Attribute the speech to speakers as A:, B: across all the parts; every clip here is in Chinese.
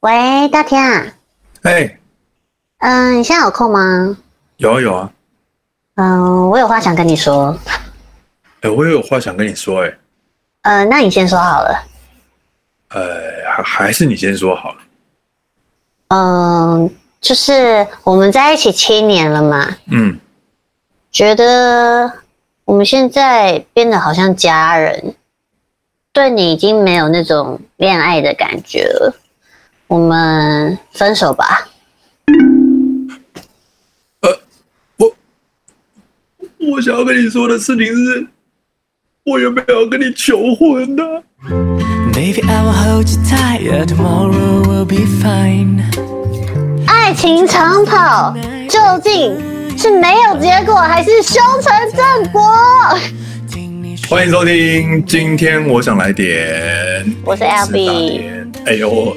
A: 喂，大天啊，
B: 哎，
A: 嗯、你现在有空吗？
B: 有啊有啊，
A: 嗯、我有话想跟你说。
B: 哎，我也有话想跟你说，哎，
A: 呃，那你先说好了。
B: 呃，还还是你先说好了。
A: 嗯、就是我们在一起七年了嘛，
B: 嗯，
A: 觉得我们现在变得好像家人，对你已经没有那种恋爱的感觉了。我们分手吧。
B: 我想要跟你说的事情是，我原本要跟你求婚的。
C: Baby, I will hold you tight. Yeah, tomorrow will be fine.
A: 爱情长跑究竟是没有结果，还是修成正果？
B: 欢迎收听，今天我想来点，
A: 我是
B: 大
A: LB，
B: 天，哎呦， 我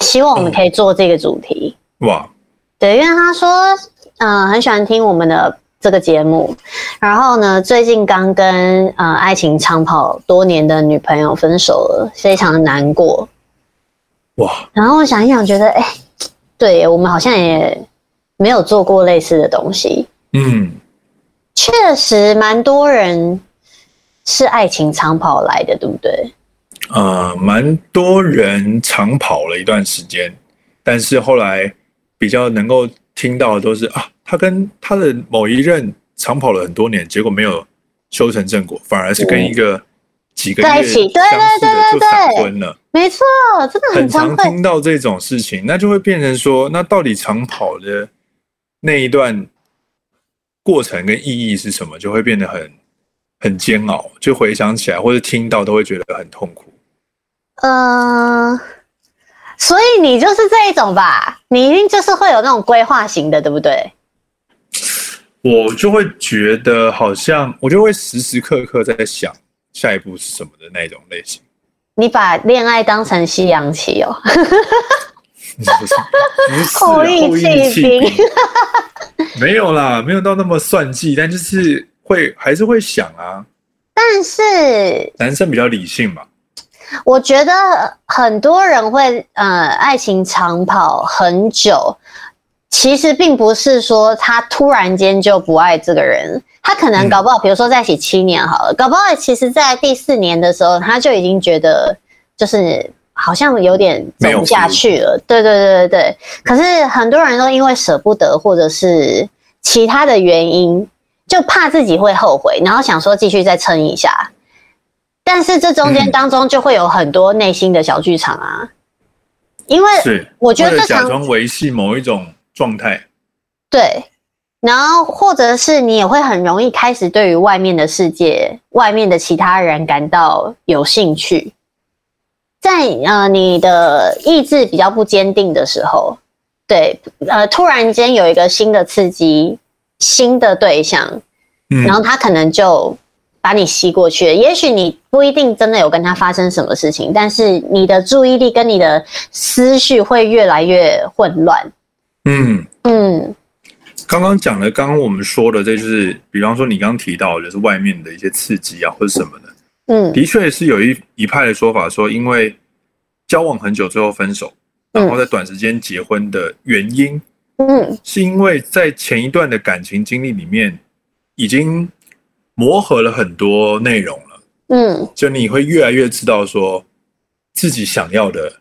A: 希望我们可以做这个主题。
B: 哇，
A: 对，因为他说，嗯、很喜欢听我们的这个节目，然后呢，最近刚跟呃爱情长跑多年的女朋友分手了，非常的难过。
B: 哇，
A: 然后我想一想，觉得，哎、对耶我们好像也没有做过类似的东西，
B: 嗯，
A: 确实蛮多人是爱情长跑来的，对不对？
B: 呃，蛮多人长跑了一段时间，但是后来比较能够听到的都是啊，他跟他的某一任长跑了很多年，结果没有修成正果，反而是跟一个几个月
A: 哦在
B: 相
A: 一起对
B: 似的
A: 对对对
B: 就
A: 对
B: 闪婚了。
A: 没错，真的
B: 很
A: 很常
B: 常
A: 会
B: 听到这种事情，那就会变成说，那到底长跑的那一段过程跟意义是什么？就会变得很很煎熬，就回想起来或者听到都会觉得很痛苦。
A: 嗯，所以你就是这一种吧？你一定就是会有那种规划型的，对不对？
B: 我就会觉得好像我就会时时刻刻在想下一步是什么的那种类型。
A: 你把恋爱当成西洋棋哦，
B: 不是，不是啊
A: 后
B: 后
A: 羿弃
B: 弃
A: 兵
B: 兵，没有啦，没有到那么算计，但就是会还是会想啊。
A: 但是
B: 男生比较理性嘛，
A: 我觉得很多人会呃，爱情长跑很久，其实并不是说他突然间就不爱这个人，他可能
B: 嗯
A: 搞不好，比如说在一起七年好了，搞不好其实在第四年的时候，他就已经觉得就是好像有点走不下去了。对对对对对。可是很多人都因为舍不得，或者是其他的原因，就怕自己会后悔，然后想说继续再撑一下。但是这中间
B: 嗯
A: 当中就会有很多内心的小剧场啊，因为
B: 是
A: 我觉得
B: 为了
A: 这
B: 假
A: 场
B: 装维系某一种状态，
A: 对，然后或者是你也会很容易开始对于外面的世界、外面的其他人感到有兴趣。在呃你的意志比较不坚定的时候，对，呃突然间有一个新的刺激、新的对象，
B: 嗯
A: 然后他可能就把你吸过去了。也许你不一定真的有跟他发生什么事情，但是你的注意力跟你的思绪会越来越混乱。
B: 嗯，
A: 嗯，
B: 刚刚讲的，刚刚我们说的，这就是，比方说你刚刚提到，就是外面的一些刺激啊，或者什么的，
A: 嗯
B: 的确是有一一派的说法说，因为交往很久最后分手，
A: 嗯
B: 然后在短时间结婚的原因，
A: 嗯
B: 是因为在前一段的感情经历里面，已经磨合了很多内容了。
A: 嗯
B: 就你会越来越知道说自己想要的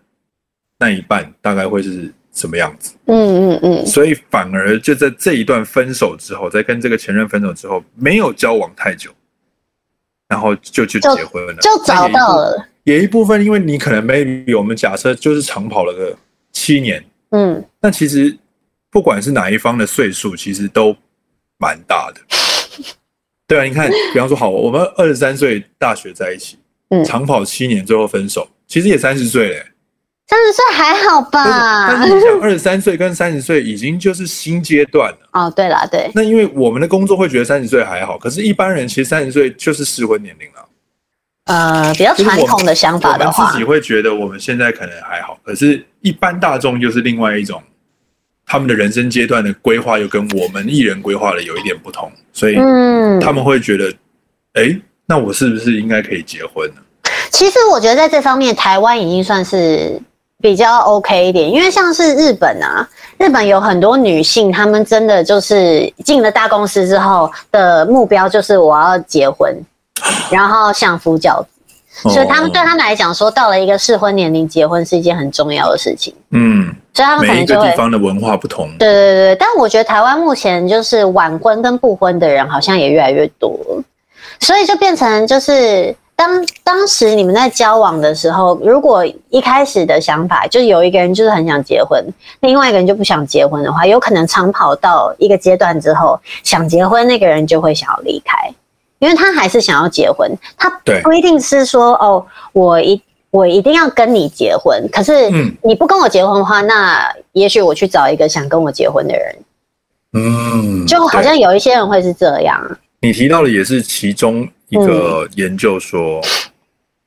B: 那一半大概会是什么样子，
A: 嗯嗯嗯，
B: 所以反而就在这一段分手之后，在跟这个前任分手之后，没有交往太久，然后就去
A: 就
B: 结婚了，
A: 就找到了。
B: 那也一部。也一部分因为你可能 maybe 我们假设就是长跑了个七年，
A: 嗯，
B: 那其实不管是哪一方的岁数，其实都蛮大 的。对啊，你看，比方说，好，我们二十三岁大学在一起，
A: 嗯
B: 长跑七年，最后分手，其实也三十岁嘞。
A: 三十岁还好
B: 但
A: 吧？
B: 是你想，二十三岁跟三十岁已经就是新阶段了。
A: 哦，对啦， 对，
B: 那因为我们的工作会觉得三十岁还好，可是一般人其实三十岁就是适婚年龄了。
A: 呃，比较
B: 就是我
A: 传
B: 们
A: 统的想法的
B: 我们
A: 话
B: 自己，会觉得我们现在可能还好，可是一般大众就是另外一种，他们的人生阶段的规划又跟我们艺人规划的有一点不同，所以
A: 嗯，
B: 他们会觉得，哎、那我是不是应该可以结婚了？
A: 其实我觉得在这方面，台湾已经算是比较 OK 一点，因为像是日本啊，日本有很多女性，她们真的就是进了大公司之后的目标就是我要结 婚，然后相夫教子，所以他们对
B: 哦
A: 他们来讲说，到了一个适婚年龄，结婚是一件很重要的事情，
B: 嗯，
A: 所以他们可
B: 每
A: 能
B: 一个
A: 就会
B: 地。方的文化不同，
A: 对对对，但我觉得台湾目前就是晚婚跟不婚的人好像也越来越多了，所以就变成就是当当时你们在交往的时候，如果一开始的想法就是有一个人就是很想结婚，另外一个人就不想结婚的话，有可能长跑到一个阶段之后，想结婚那个人就会想要离开，因为他还是想要结婚，他
B: 对
A: 不一定是说哦，我一我一定要跟你结婚，可是
B: 嗯
A: 你不跟我结婚的话，那也许我去找一个想跟我结婚的人，
B: 嗯，
A: 就好像
B: 对
A: 有一些人会是这样，
B: 你提到的也是其中一个研究说，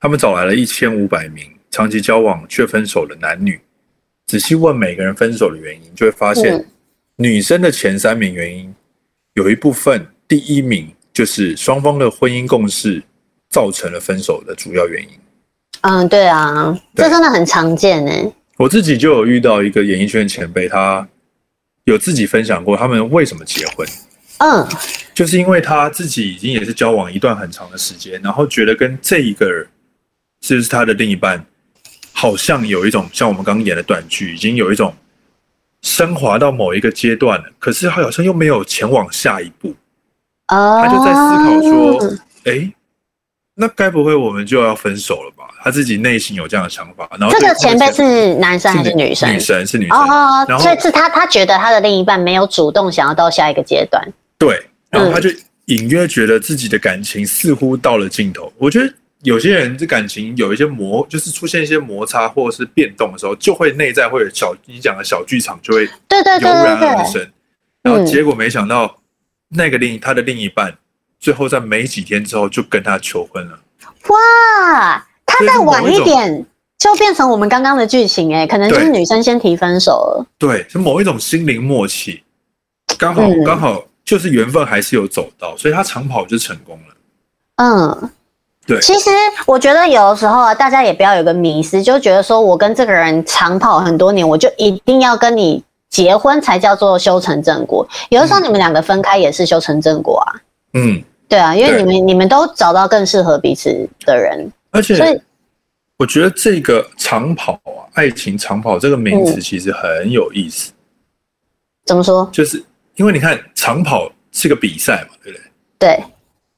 B: 他们找来了一千五百名长期交往却分手的男女，仔细问每个人分手的原因，就会发现
A: 嗯
B: 女生的前三名原因有一部分，第一名就是双方的婚姻共识造成了分手的主要原因。
A: 嗯，对啊，
B: 对
A: 这真的很常见呢、欸
B: 我自己就有遇到一个演艺圈前辈，他有自己分享过他们为什么结婚。
A: 嗯，
B: 就是因为他自己已经也是交往一段很长的时间，然后觉得跟这一个人是不是他的另一半，好像有一种像我们刚刚演的短剧，已经有一种升华到某一个阶段了，可是他好像又没有前往下一步，
A: 哦，
B: 他就在思考说，哎、那该不会我们就要分手了吧？他自己内心有这样的想法，然后
A: 这
B: 对
A: 个
B: 方的
A: 前辈是男生还
B: 是
A: 是女生？
B: 女生是女生，
A: 哦
B: 然
A: 哦，
B: 后
A: 所以是他他觉得他的另一半没有主动想要到下一个阶段，
B: 对，然
A: 嗯
B: 后他就隐约觉得自己的感情似乎到了尽头。我觉得有些人这感情有一些磨，就是出现一些摩擦或者是变动的时候，就会内在会有小你讲的小剧场就会油
A: 对对对
B: 然
A: 对
B: 而
A: 对，
B: 生。然后
A: 嗯
B: 结果没想到那个另他的另一半，最后在没几天之后就跟他求婚了。
A: 哇，他
B: 这是
A: 再
B: 某
A: 晚
B: 一
A: 一
B: 种
A: 点就变成我们刚刚的剧情哎、可能就是
B: 对
A: 女生先提分手了，
B: 对，是某一种心灵默契，刚好
A: 嗯
B: 刚好就是缘分还是有走到，所以他长跑就成功了。
A: 嗯。
B: 对
A: 其实我觉得有的时候啊，大家也不要有个迷思，就觉得说我跟这个人长跑很多年，我就一定要跟你结婚才叫做修成正果。有的时候你们两个分开也是修成正果啊，
B: 嗯，
A: 对啊，因为
B: 对
A: 你们你们都找到更适合彼此的人，
B: 而
A: 所以
B: 且，我觉得这个长跑啊，爱情长跑这个名
A: 嗯
B: 词其实很有意思，
A: 怎么说？
B: 就是因为你看长跑是个比赛嘛，对不对？
A: 对，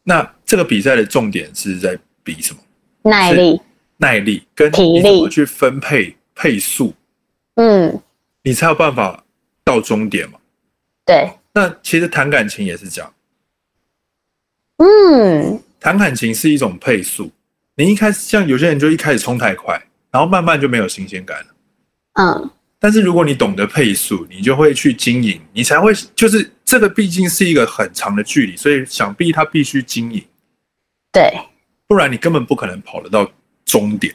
B: 那这个比赛的重点是在比什么？
A: 耐力，
B: 耐力跟
A: 体力
B: 你怎么去分配配速，
A: 嗯，
B: 你才有办法到终点嘛。
A: 对，
B: 那其实谈感情也是这样，
A: 嗯，
B: 谈感情是一种配速。你一开始像有些人就一开始冲太快，然后慢慢就没有新鲜感了。
A: 嗯，
B: 但是如果你懂得配速，你就会去经营，你才会就是这个毕竟是一个很长的距离，所以想必它必须经营，
A: 对，
B: 不然你根本不可能跑得到终点。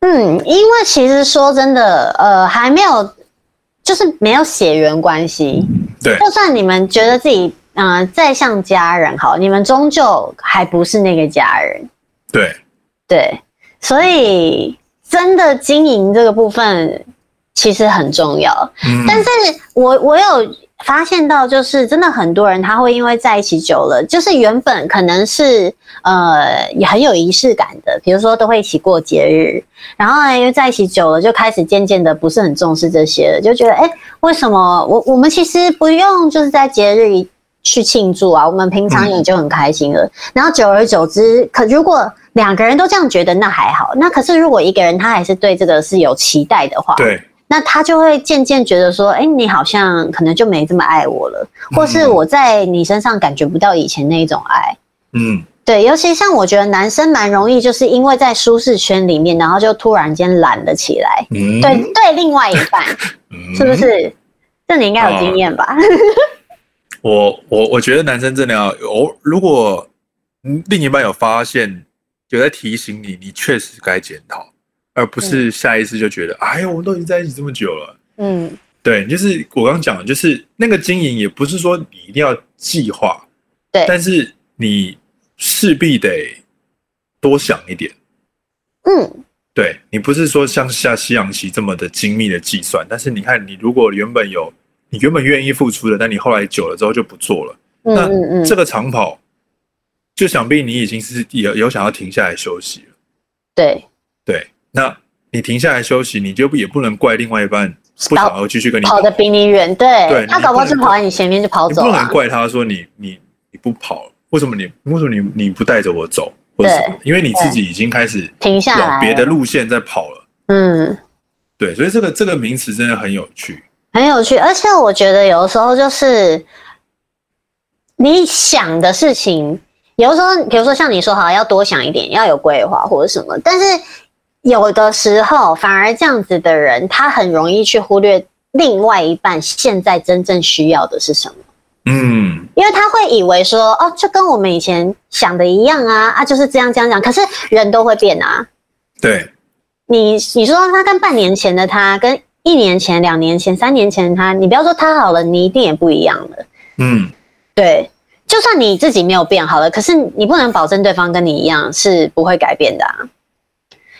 A: 嗯，因为其实说真的，呃，还没有，就是没有血缘关系，
B: 对
A: 就算你们觉得自己，嗯、再像家人好，你们终究还不是那个家人，
B: 对，
A: 对，所以真的经营这个部分其实很重要。
B: 嗯，
A: 但是我我有发现到，就是真的很多人他会因为在一起久了，就是原本可能是呃也很有仪式感的，比如说都会一起过节日，然后呢因为在一起久了，就开始渐渐的不是很重视这些了，就觉得哎、诶为什么我我们其实不用就是在节日一去庆祝啊，我们平常也就很开心了。然后久而久之，可如果两个人都这样觉得，那还好。那可是如果一个人他还是对这个是有期待的话，
B: 对，
A: 那他就会渐渐觉得说，哎、你好像可能就没这么爱我了，或是
B: 嗯
A: 我在你身上感觉不到以前那一种爱。
B: 嗯，
A: 对，尤其像我觉得男生蛮容易，就是因为在舒适圈里面，然后就突然间懒了起来。
B: 嗯，
A: 对对，另外一半是不是？这你应该有经验吧？
B: 我我我觉得男生真的要，我如果嗯另一半有发现有在提醒你，你确实该检讨，而不是下意识就觉得，哎呀，我们都已经在一起这么久了。
A: 嗯
B: 对，就是我刚刚讲的，就是那个经营也不是说你一定要计划，
A: 对
B: 但是你势必得多想一点。
A: 嗯，
B: 对你不是说像下西洋棋这么的精密的计算，但是你看，你如果原本有你原本愿意付出的，但你后来久了之后就不做了，
A: 嗯
B: 那
A: 嗯嗯，
B: 这个长跑就想必你已经是有有想要停下来休息了。
A: 对，
B: 对，那你停下来休息，你就也不能怪另外一半不想要继续跟你
A: 跑得比你远，对
B: 对，
A: 他
B: 你
A: 搞不好
B: 不
A: 就
B: 能
A: 跑在你前面就跑
B: 你
A: 哦走啊
B: 不能
A: 了。
B: 怪他说你你你不跑，为什么你为什么你你不带着我走，或者什么？因为你自己已经开始
A: 停下来了
B: 有别的路线在跑了。
A: 嗯，
B: 对，所以这个这个名词真的很有趣。
A: 很有趣，而且我觉得有的时候就是你想的事情，有的时候，比如说像你说好要多想一点，要有规划或者什么，但是有的时候反而这样子的人，他很容易去忽略另外一半现在真正需要的是什么。
B: 嗯，
A: 因为他会以为说，哦，就跟我们以前想的一样啊，啊，就是这样这样讲。可是人都会变啊，
B: 对，
A: 你你说他跟半年前的他，跟一年前、两年前、三年前的他，你不要说他好了，你一定也不一样了。
B: 嗯，
A: 对，就算你自己没有变好了，可是你不能保证对方跟你一样是不会改变的啊。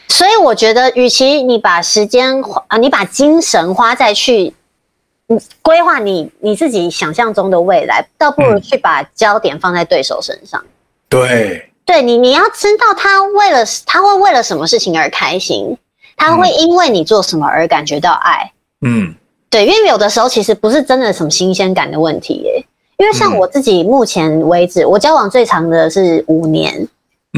A: 所以我觉得，与其你把时间花啊，你把精神花在去嗯规划你你自己想象中的未来，倒不如
B: 嗯
A: 去把焦点放在对手身上。
B: 对，
A: 对你，你要知道他为了他会为了什么事情而开心，他会因为你做什么而感觉到爱。
B: 嗯
A: 对，因为有的时候其实不是真的什么新鲜感的问题耶、因为像
B: 嗯
A: 我自己目前为止，我交往最长的是五年，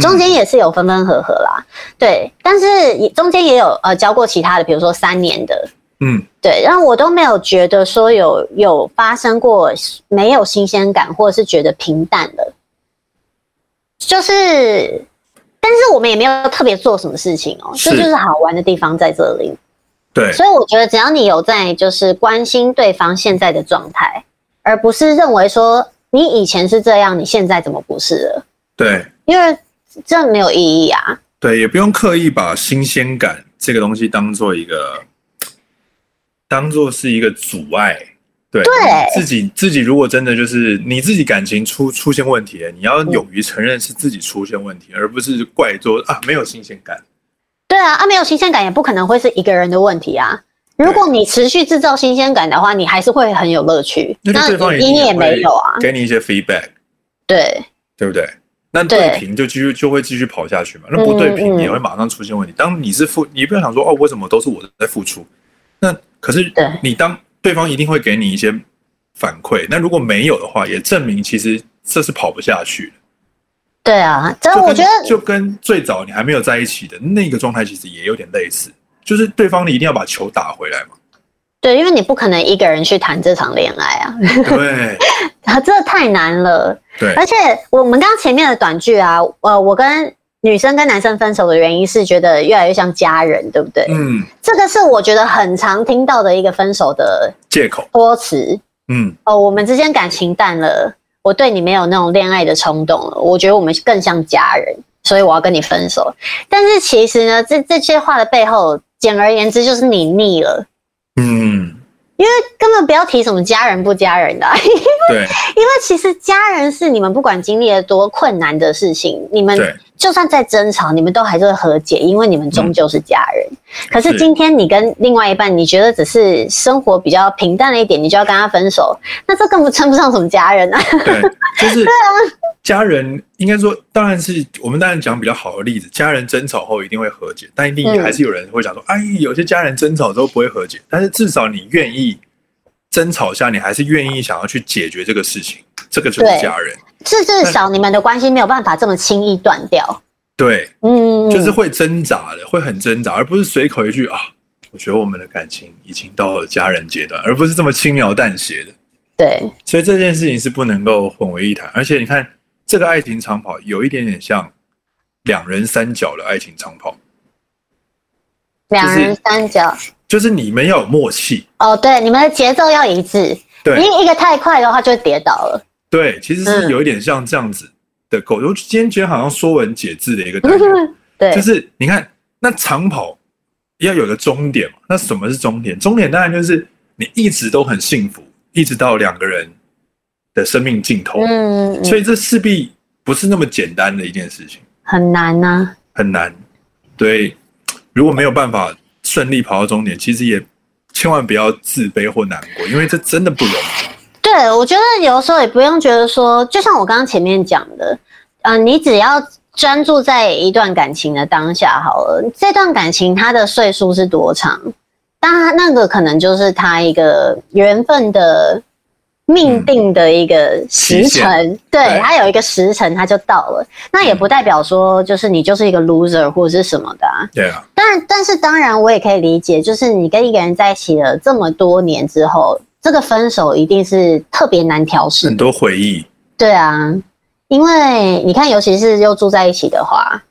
A: 中间也是有分分合合啦。对，但是也中间也有呃交过其他的，比如说三年的，
B: 嗯，
A: 对，然后我都没有觉得说有有发生过没有新鲜感，或者是觉得平淡了，就是，但是我们也没有特别做什么事情哦，这
B: 是
A: 就是好玩的地方在这里。
B: 对，
A: 所以我觉得只要你有在就是关心对方现在的状态，而不是认为说你以前是这样，你现在怎么不是了？
B: 对，
A: 因为这没有意义啊。
B: 对，也不用刻意把新鲜感这个东西当做一个，当做是一个阻碍。对，
A: 对
B: 自己自己如果真的就是你自己感情出出现问题了，你
A: 嗯
B: 要勇于承认是自己出现问题，而不是怪说啊没有新鲜感。
A: 对啊，啊没有新鲜感也不可能会是一个人的问题啊。如果你持续制造新鲜感的话，你还是会很有乐趣。
B: 那就对方
A: 你
B: 一定
A: 你也
B: 会
A: 没有啊，
B: 给你一些 feedback，
A: 对
B: 对不对？那
A: 对
B: 对平就继续就会继续跑下去嘛，那不对
A: 嗯
B: 平
A: 嗯
B: 也会马上出现问题。当你是付，你不要想说哦，为什么都是我在付出？那可是
A: 对
B: 你当对方一定会给你一些反馈，那如果没有的话，也证明其实这是跑不下去的。
A: 对啊。这
B: 就跟
A: 我觉得
B: 就跟最早你还没有在一起的那个状态，其实也有点类似，就是对方你一定要把球打回来嘛。
A: 对，因为你不可能一个人去谈这场恋爱啊，
B: 对
A: 啊这太难了。
B: 对
A: 而且我们刚刚前面的短剧啊，呃，我跟女生跟男生分手的原因是觉得越来越像家人，对不对？
B: 嗯，
A: 这个是我觉得很常听到的一个分手的
B: 借口，
A: 托词。
B: 嗯
A: 哦，我们之间感情淡了，我对你没有那种恋爱的冲动了，我觉得我们更像家人，所以我要跟你分手。但是其实呢，这这些话的背后，简而言之就是你腻了，
B: 嗯，
A: 根本不要提什么家人不家人的啊、
B: 对
A: 因为其实家人是你们不管经历了多困难的事情，你们
B: 对
A: 就算再争吵，你们都还是会和解，因为你们终究是家人。可是
B: 是
A: 今天你跟另外一半，你觉得只是生活比较平淡了一点，你就要跟他分手，那这根本称不上什么家人啊！
B: 对，就是家人应该说，当然是我们当然讲比较好的例子，家人争吵后一定会和解，但一定
A: 嗯
B: 还是有人会讲说，哎，有些家人争吵之后不会和解，但是至少你愿意争吵下，你还是愿意想要去解决这个事情，这个就是
A: 对
B: 家人，
A: 至至少你们的关系没有办法这么轻易断掉。
B: 对，
A: 嗯，
B: 就是会挣扎的，会很挣扎，而不是随口一句啊。我觉得我们的感情已经到了家人阶段，而不是这么轻描淡写的。
A: 对
B: 所以这件事情是不能够混为一谈。而且你看，这个爱情长跑有一点点像两人三角的爱情长跑，
A: 两人三角。
B: 就是你们要有默契。
A: 哦，对，你们的节奏要一致。
B: 对
A: 因为一个太快的话就会跌倒了。
B: 对，其实是有一点像这样子的狗。我今天觉得好像《说文解字》的一个单元，
A: 对，
B: 就是你看那长跑要有个终点嘛，那什么是终点？终点当然就是你一直都很幸福，一直到两个人的生命尽头。
A: 嗯，嗯
B: 所以这势必不是那么简单的一件事情，
A: 很难啊呐、
B: 很难。对，如果没有办法顺利跑到终点，其实也千万不要自卑或难过，因为这真的不容易。
A: 对，我觉得有时候也不用觉得说，就像我刚刚前面讲的，呃，你只要专注在一段感情的当下好了。这段感情它的岁数是多长？当然，那个可能就是它一个缘分的命定的一个时
B: 期
A: 辰，
B: 限
A: 对
B: 对，
A: 它有一个时辰，它就到了。那也不代表说，就是你就是一个 loser 或者是什么的啊。
B: 对啊，
A: 但但是当然，我也可以理解，就是你跟一个人在一起了这么多年之后，这个分手一定是特别难调试
B: 很
A: 的。
B: 多回忆。
A: 对啊，因为你看，尤其是又住在一起的话，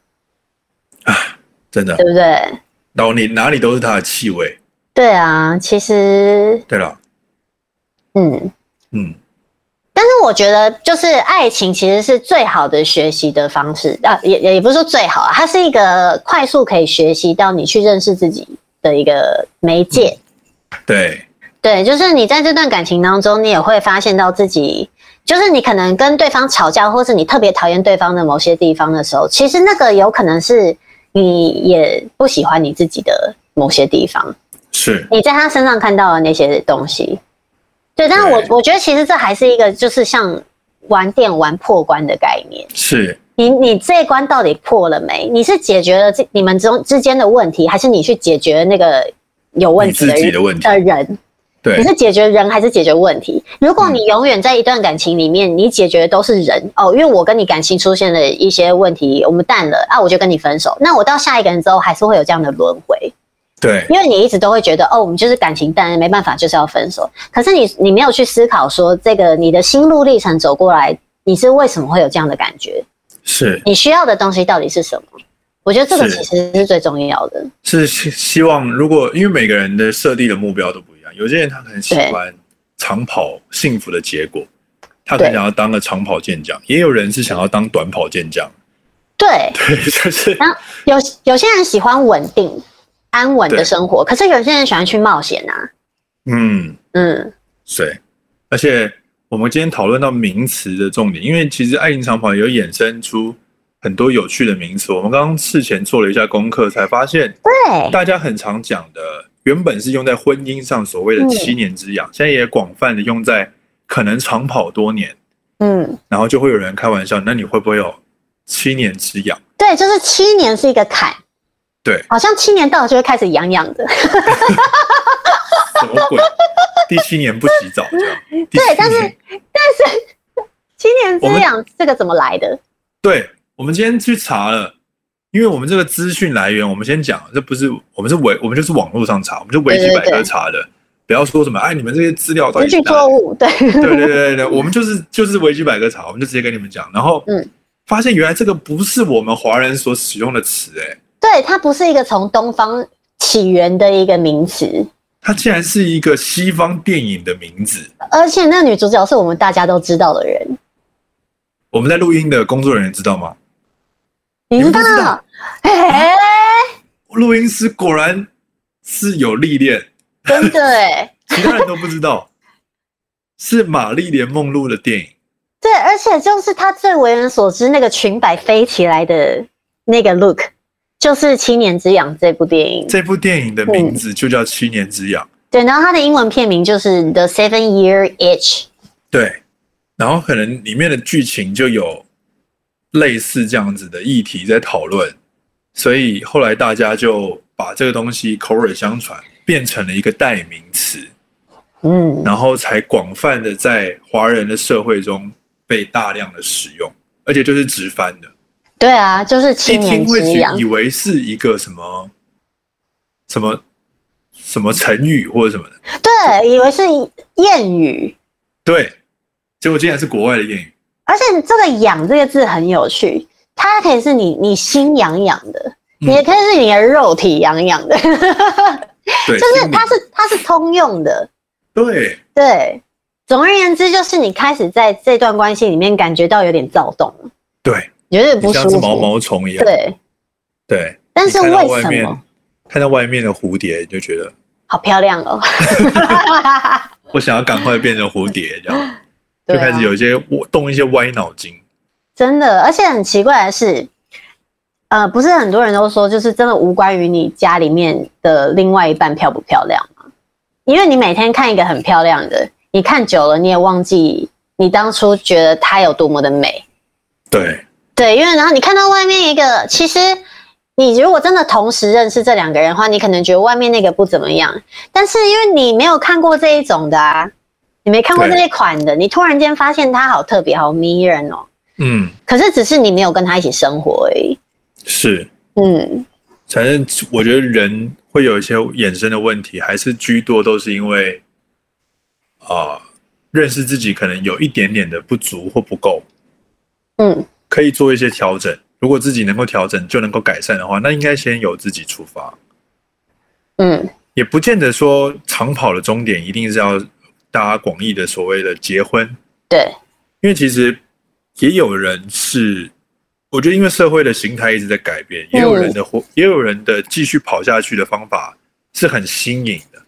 B: 真的
A: 对，不对？
B: 然后你哪里都是它的气味。
A: 对啊，其实
B: 对了，
A: 嗯，
B: 嗯，
A: 但是我觉得，就是爱情其实是最好的学习的方式啊，也也也不是说最好啊，它是一个快速可以学习到你去认识自己的一个媒介。
B: 对，
A: 对，就是你在这段感情当中，你也会发现到自己，就是你可能跟对方吵架，或是你特别讨厌对方的某些地方的时候，其实那个有可能是你也不喜欢你自己的某些地方，
B: 是
A: 你在他身上看到的那些东西。对，但是
B: 对
A: 我我觉得其实这还是一个就是像玩电玩破关的概念。
B: 是，
A: 你你这一关到底破了没？你是解决了这你们中之间的问题，还是你去解决那个有问题的
B: 你自己
A: 人
B: 的问题
A: 的人？
B: 对
A: 你，是解决人还是解决问题？如果你永远在一段感情里面，你解决的都是人哦，因为我跟你感情出现了一些问题，我们淡了啊，我就跟你分手。那我到下一个人之后，还是会有这样的轮回，
B: 对，
A: 因为你一直都会觉得哦，我们就是感情淡了，没办法，就是要分手。可是你你没有去思考说，这个你的心路历程走过来，你是为什么会有这样的感觉？
B: 是
A: 你需要的东西到底是什么？我觉得这个
B: 是
A: 其实是最重要的。
B: 是希希望，如果因为每个人的设定的目标都不一样，有些人他很喜欢长跑幸福的结果，他很
A: 对
B: 想要当个长跑健将，也有人是想要当短跑健将，
A: 对，
B: 对，就是
A: 然后有有些人喜欢稳定、安稳的
B: 对
A: 生活，可是有些人喜欢去冒险啊。
B: 嗯，
A: 嗯，
B: 对，而且我们今天讨论到名词的重点，因为其实爱情长跑有衍生出很多有趣的名词，我们刚刚事前做了一下功课，才发现
A: 对，
B: 大家很常讲的，原本是用在婚姻上所谓的
A: 嗯
B: 七年之痒，现在也广泛的用在可能长跑多年，
A: 嗯，
B: 然后就会有人开玩笑，那你会不会有七年之痒？
A: 对，就是七年是一个坎，
B: 对，
A: 好像七年到了就会开始痒痒的。
B: 什么鬼？第七年不洗澡这样？第
A: 对
B: 七
A: 但是
B: 年
A: 七年之
B: 我们
A: 痒这个怎么来的？
B: 对我们今天去查了，因为我们这个资讯来源，我们先讲，这不是我们是维，我们就是网络上查，我们就维基
A: 对对
B: 百科
A: 对
B: 查的，不要说什么哎，你们这些资料到
A: 一
B: 底是
A: 句
B: 哪里
A: 作物， 对，
B: 对对对对对，我们就是就是维基百科查，我们就直接跟你们讲，然后
A: 嗯
B: 发现原来这个不是我们华人所使用的词，哎，
A: 对，它不是一个从东方起源的一个名词，
B: 它竟然是一个西方电影的名字。
A: 而且那个女主角是我们大家都知道的人，
B: 我们在录音的工作人员知道吗？
A: 你
B: 们
A: 知
B: 不知
A: 道
B: 道？
A: 哎、
B: 录音师果然是有历练，
A: 真的哎。
B: 其他人都不 知道，是玛丽莲梦露的电影。
A: 对，而且就是他最为人所知那个裙摆飞起来的那个 look，就是《七年之痒》这部电影。
B: 这部电影的名字就叫《七年之痒》，
A: 对，然后它的英文片名就是《The Seven Year Itch》。
B: 对，然后可能里面的剧情就有类似这样子的议题在讨论，所以后来大家就把这个东西口耳相传，变成了一个代名词，
A: 嗯，
B: 然后才广泛的在华人的社会中被大量的使用，而且就是直翻的，
A: 对啊，就是《
B: 一
A: 七年
B: 听
A: 之
B: 会觉
A: 痒
B: 以》。为是一个什么什么什么成语或者什么的，
A: 对，以为是谚语。
B: 对，结果竟然是国外的谚语，
A: 而且这个“痒”这个字很有趣，它可以是你你心痒痒的，
B: 嗯
A: 也可以是你的肉体痒痒的，
B: 对，
A: 就是
B: 心里
A: 它是它是通用的。
B: 对
A: 对，总而言之，就是你开始在这段关系里面感觉到有点躁动，
B: 对，
A: 觉得
B: 你
A: 不舒
B: 像是
A: 服。
B: 毛毛虫一样，
A: 对，
B: 对。
A: 但是
B: 你看到
A: 为
B: 外
A: 什
B: 面
A: 么？
B: 看到外面的蝴蝶，你就觉得
A: 好漂亮哦！
B: 我想要赶快变成蝴蝶，这样 就
A: 对啊
B: 开始有一些我动一些歪脑筋。
A: 真的，而且很奇怪的是，呃，不是很多人都说，就是真的无关于你家里面的另外一半漂不漂亮吗？因为你每天看一个很漂亮的，你看久了你也忘记你当初觉得她有多么的美。
B: 对，
A: 对，因为然后你看到外面一个，其实你如果真的同时认识这两个人的话，你可能觉得外面那个不怎么样，但是因为你没有看过这一种的啊，你没看过这
B: 对
A: 一款的，你突然间发现它好特别，好迷人哦。
B: 嗯，
A: 可是只是你没有跟他一起生活而已。
B: 是。
A: 嗯，
B: 反正我觉得人会有一些衍生的问题，还是居多都是因为啊、认识自己可能有一点点的不足或不够，
A: 嗯，
B: 可以做一些调整。如果自己能够调整，就能够改善的话，那应该先由自己出发。
A: 嗯，
B: 也不见得说长跑的终点一定是要大家广义的所谓的结婚，
A: 对，
B: 因为其实也有人是，我觉得因为社会的形态一直在改变，也有人
A: 嗯
B: 的活，也有人的继续跑下去的方法是很新颖的。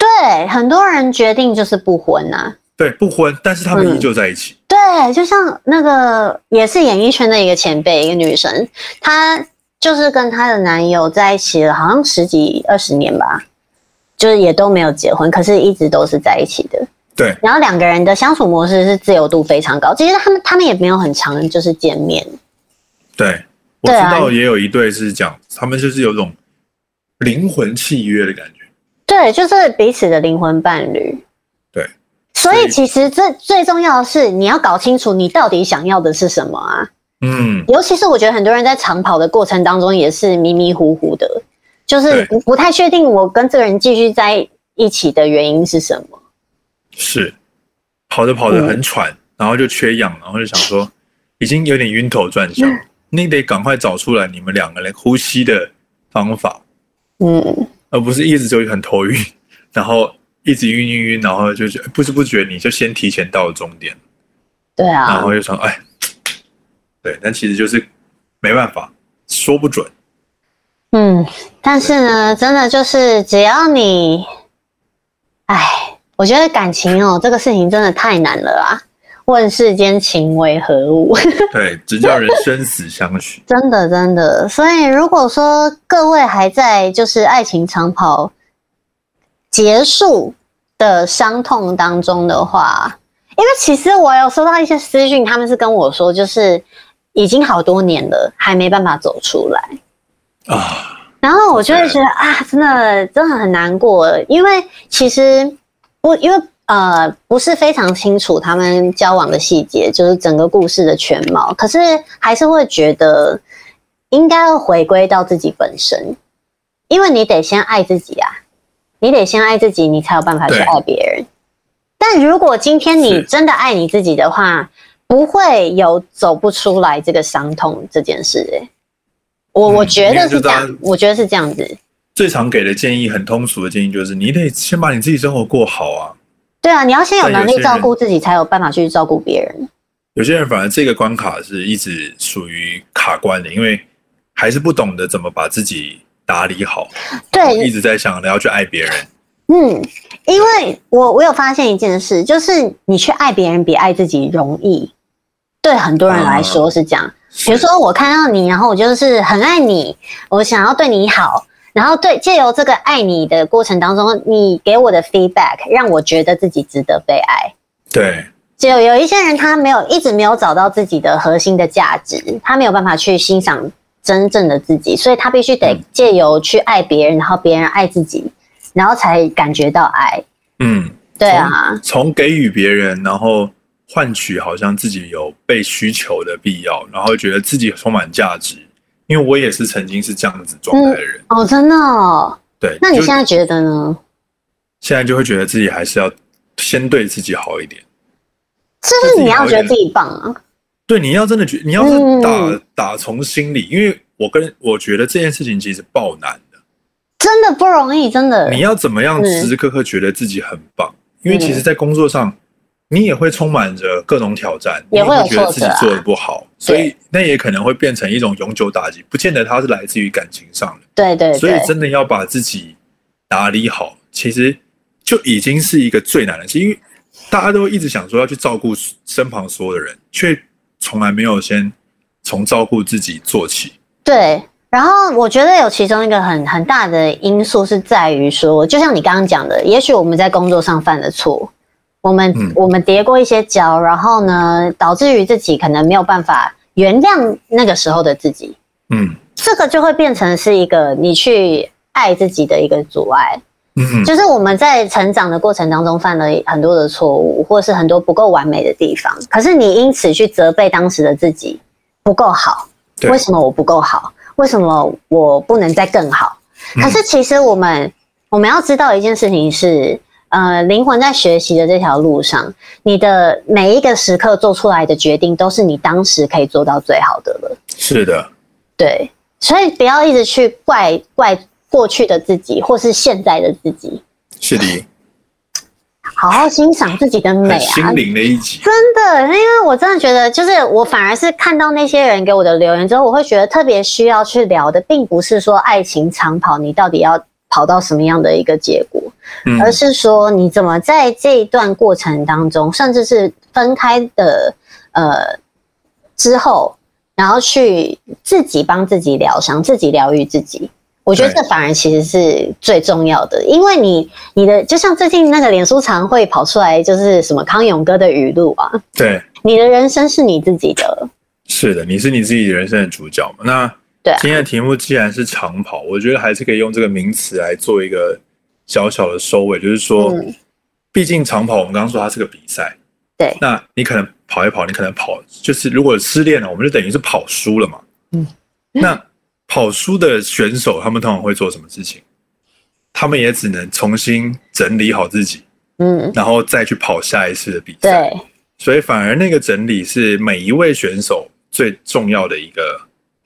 A: 对，很多人决定就是不婚呐、啊。
B: 对，不婚，但是他们
A: 嗯
B: 依旧在一起。
A: 对，就像那个也是演艺圈的一个前辈，一个女生，她就是跟她的男友在一起了，好像十几二十年吧，就是也都没有结婚，可是一直都是在一起的。
B: 对，
A: 然后两个人的相处模式是自由度非常高，其实他们他们也没有很常就是见面。
B: 对，我知
A: 对啊
B: 道也有一对是讲，他们就是有种灵魂契约的感觉。
A: 对，就是彼此的灵魂伴侣。
B: 对，
A: 所以
B: 所以
A: 其实这最重要的是，你要搞清楚你到底想要的是什么啊！
B: 嗯，
A: 尤其是我觉得很多人在长跑的过程当中也是迷迷糊糊的，就是
B: 对
A: 不不太确定我跟这个人继续在一起的原因是什么。
B: 是，跑着跑着很喘，然后就缺氧，然后就想说，已经有点晕头转向，你得赶快找出来你们两个人呼吸的方法。
A: 嗯，
B: 而不是一直就很头晕， 然后一直晕晕晕，然后就觉得不知不觉你就先提前到了终点，
A: 对
B: 然
A: 啊，
B: 后就想哎，对，但其实就是没办法，说不准。
A: 嗯，但是呢，真的就是只要你，哎，我觉得感情哦、这个事情真的太难了啊！问世间情为何物？
B: 对，只叫人生死相许。
A: 真的，真的。所以，如果说各位还在就是爱情长跑结束的伤痛当中的话，因为其实我有收到一些私讯，他们是跟我说，就是已经好多年了，还没办法走出来。
B: 啊，
A: 然后我就会
B: 对
A: 觉得啊，真的真的很难过，因为其实不因为呃不是非常清楚他们交往的细节，就是整个故事的全貌，可是还是会觉得应该要回归到自己本身，因为你得先爱自己啊，你得先爱自己，你才有办法去
B: 对
A: 爱别人。但如果今天你
B: 是
A: 真的爱你自己的话，不会有走不出来这个伤痛这件事、欸。我我
B: 嗯
A: 觉
B: 因
A: 得
B: 为就是
A: 这样
B: 大家，
A: 我觉得是这样子。
B: 最常给的建议，很通俗的建议就是，你得先把你自己生活过好啊。
A: 对啊，你要先有
B: 但有
A: 能力
B: 些
A: 照
B: 人
A: 顾自己，才有办法去照顾别人。
B: 有些人反而这个关卡是一直属于卡关的，因为还是不懂得怎么把自己打理好，
A: 对，
B: 一直在想着要去爱别人。
A: 嗯，因为我我有发现一件事，就是你去爱别人比爱自己容易，对很多人
B: 啊
A: 来说是这样。比如
B: 是
A: 说我看到你，然后我就是很爱你，我想要对你好，然后对借由这个爱你的过程当中，你给我的 feedback 让我觉得自己值得被爱。
B: 对，
A: 就有一些人他没有一直没有找到自己的核心的价值，他没有办法去欣赏真正的自己，所以他必须得
B: 嗯
A: 借由去爱别人，然后别人爱自己，然后才感觉到爱。
B: 嗯。
A: 对啊，
B: 从给予别人，然后换取好像自己有被需求的必要，然后觉得自己充满价值。因为我也是曾经是这样子状态的人，
A: 哦，真的哦。
B: 对。
A: 那你
B: 就
A: 现在觉得呢？
B: 现在就会觉得自己还是要先对自己好一点，
A: 是不是你要觉得自己棒啊？
B: 对，你要真的觉，你要是打、
A: 嗯
B: 打从心里，因为我跟我觉得这件事情其实爆难的。
A: 真的不容易，真的。
B: 你要怎么
A: 嗯
B: 样时时刻刻觉得自己很棒？因为其实，在工作上，你也会充满着各种挑战，
A: 也会有
B: 你觉得自己
A: 挫折啊
B: 做的不好，所以那也可能会变成一种永久打击，不见得它是来自于感情上的。
A: 对对
B: 所
A: 对
B: 以，真的要把自己打理好，其实就已经是一个最难的事，因为大家都一直想说要去照顾身旁所有的人，却从来没有先从照顾自己做起。
A: 对。然后我觉得有其中一个很很大的因素是在于说，就像你刚刚讲的，也许我们在工作上犯的错，我们、
B: 嗯
A: 我们叠过一些跤，然后呢，导致于自己可能没有办法原谅那个时候的自己，
B: 嗯
A: 这个就会变成是一个你去爱自己的一个阻碍。
B: 嗯，
A: 就是我们在成长的过程当中犯了很多的错误，或是很多不够完美的地方，可是你因此去责备当时的自己不够好，
B: 对
A: 为什么我不够好？为什么我不能再更好？
B: 嗯
A: 可是其实我们、我们要知道一件事情是，呃，灵魂在学习的这条路上，你的每一个时刻做出来的决定，都是你当时可以做到最好的了。
B: 是的，
A: 对，所以不要一直去怪怪过去的自己，或是现在的自己。
B: 是的，
A: 好好欣赏自己的美
B: 很
A: 啊
B: 心！灵的一集。
A: 真的，因为我真的觉得，就是我反而是看到那些人给我的留言之后，我会觉得特别需要去聊的，并不是说爱情长跑你到底要跑到什么样的一个结果，
B: 嗯
A: 而是说你怎么在这一段过程当中，甚至是分开的呃之后，然后去自己帮自己疗伤，自己疗愈自己。我觉得
B: 对
A: 这反而其实是最重要的，因为你你的就像最近那个脸书常会跑出来就是什么康永哥的语录啊，
B: 对，
A: 你的人生是你自己的，
B: 是的，你是你自己人生的主角嘛？那
A: 对啊
B: 今天的题目既然是长跑，我觉得还是可以用这个名词来做一个小小的收尾，就是说，
A: 嗯
B: 毕竟长跑我们刚刚说它是个比赛，
A: 对
B: 那你可能跑一跑，你可能跑就是如果失恋了，我们就等于是跑输了嘛。
A: 嗯，
B: 那跑输的选手他们通常会做什么事情？他们也只能重新整理好自己，
A: 嗯，
B: 然后再去跑下一次的比赛。
A: 对
B: 所以反而那个整理是每一位选手最重要的一个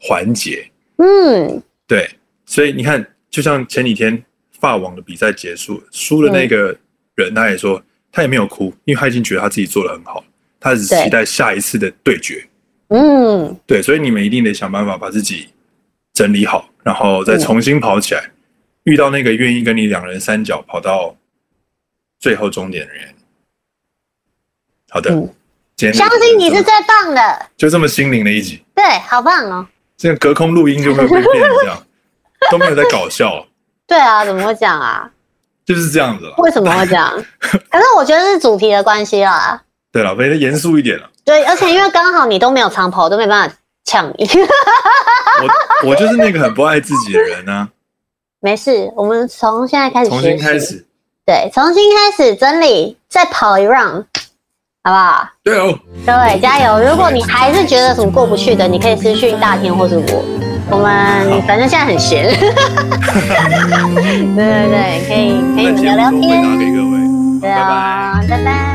B: 环节。
A: 嗯，
B: 对，所以你看，就像前几天法网的比赛结束，输的那个人他也说他也没有哭，因为他已经觉得他自己做的很好，他只
A: 对
B: 期待下一次的对决。
A: 嗯，
B: 对，所以你们一定得想办法把自己整理好，然后再重新跑起来。遇到那个愿意跟你两人三角跑到最后终点的人，好的，
A: 嗯
B: 今天
A: 相信你是最棒的，
B: 就这么心灵的一集，
A: 对，好棒哦。
B: 这样隔空录音就会被变成这样，都没有在搞笑，
A: 对啊，怎么会这样啊？
B: 就是这样子了。
A: 为什么会这样？ 可是我觉得是主题的关系啦。
B: 对了，非得严肃一点了。
A: 对，而且因为刚好你都没有长跑，我都没办法呛你。
B: 我我就是那个很不爱自己的人呢、
A: 没事，我们从现在开始
B: 重
A: 学
B: 新
A: 习
B: 开。始。
A: 对，重新开始整理，再跑一 round，好不好？
B: 对哦，
A: 各位加油！如果你还是觉得有什么过不去的，你可以私讯大天或是我。我们反正现在很 闲。对对对，可以可以
B: 那
A: 你
B: 节
A: 聊
B: 目
A: 聊
B: 我
A: 天
B: 会拿。给各位。
A: 对
C: Uh,
B: 拜拜。
A: 啊，拜拜。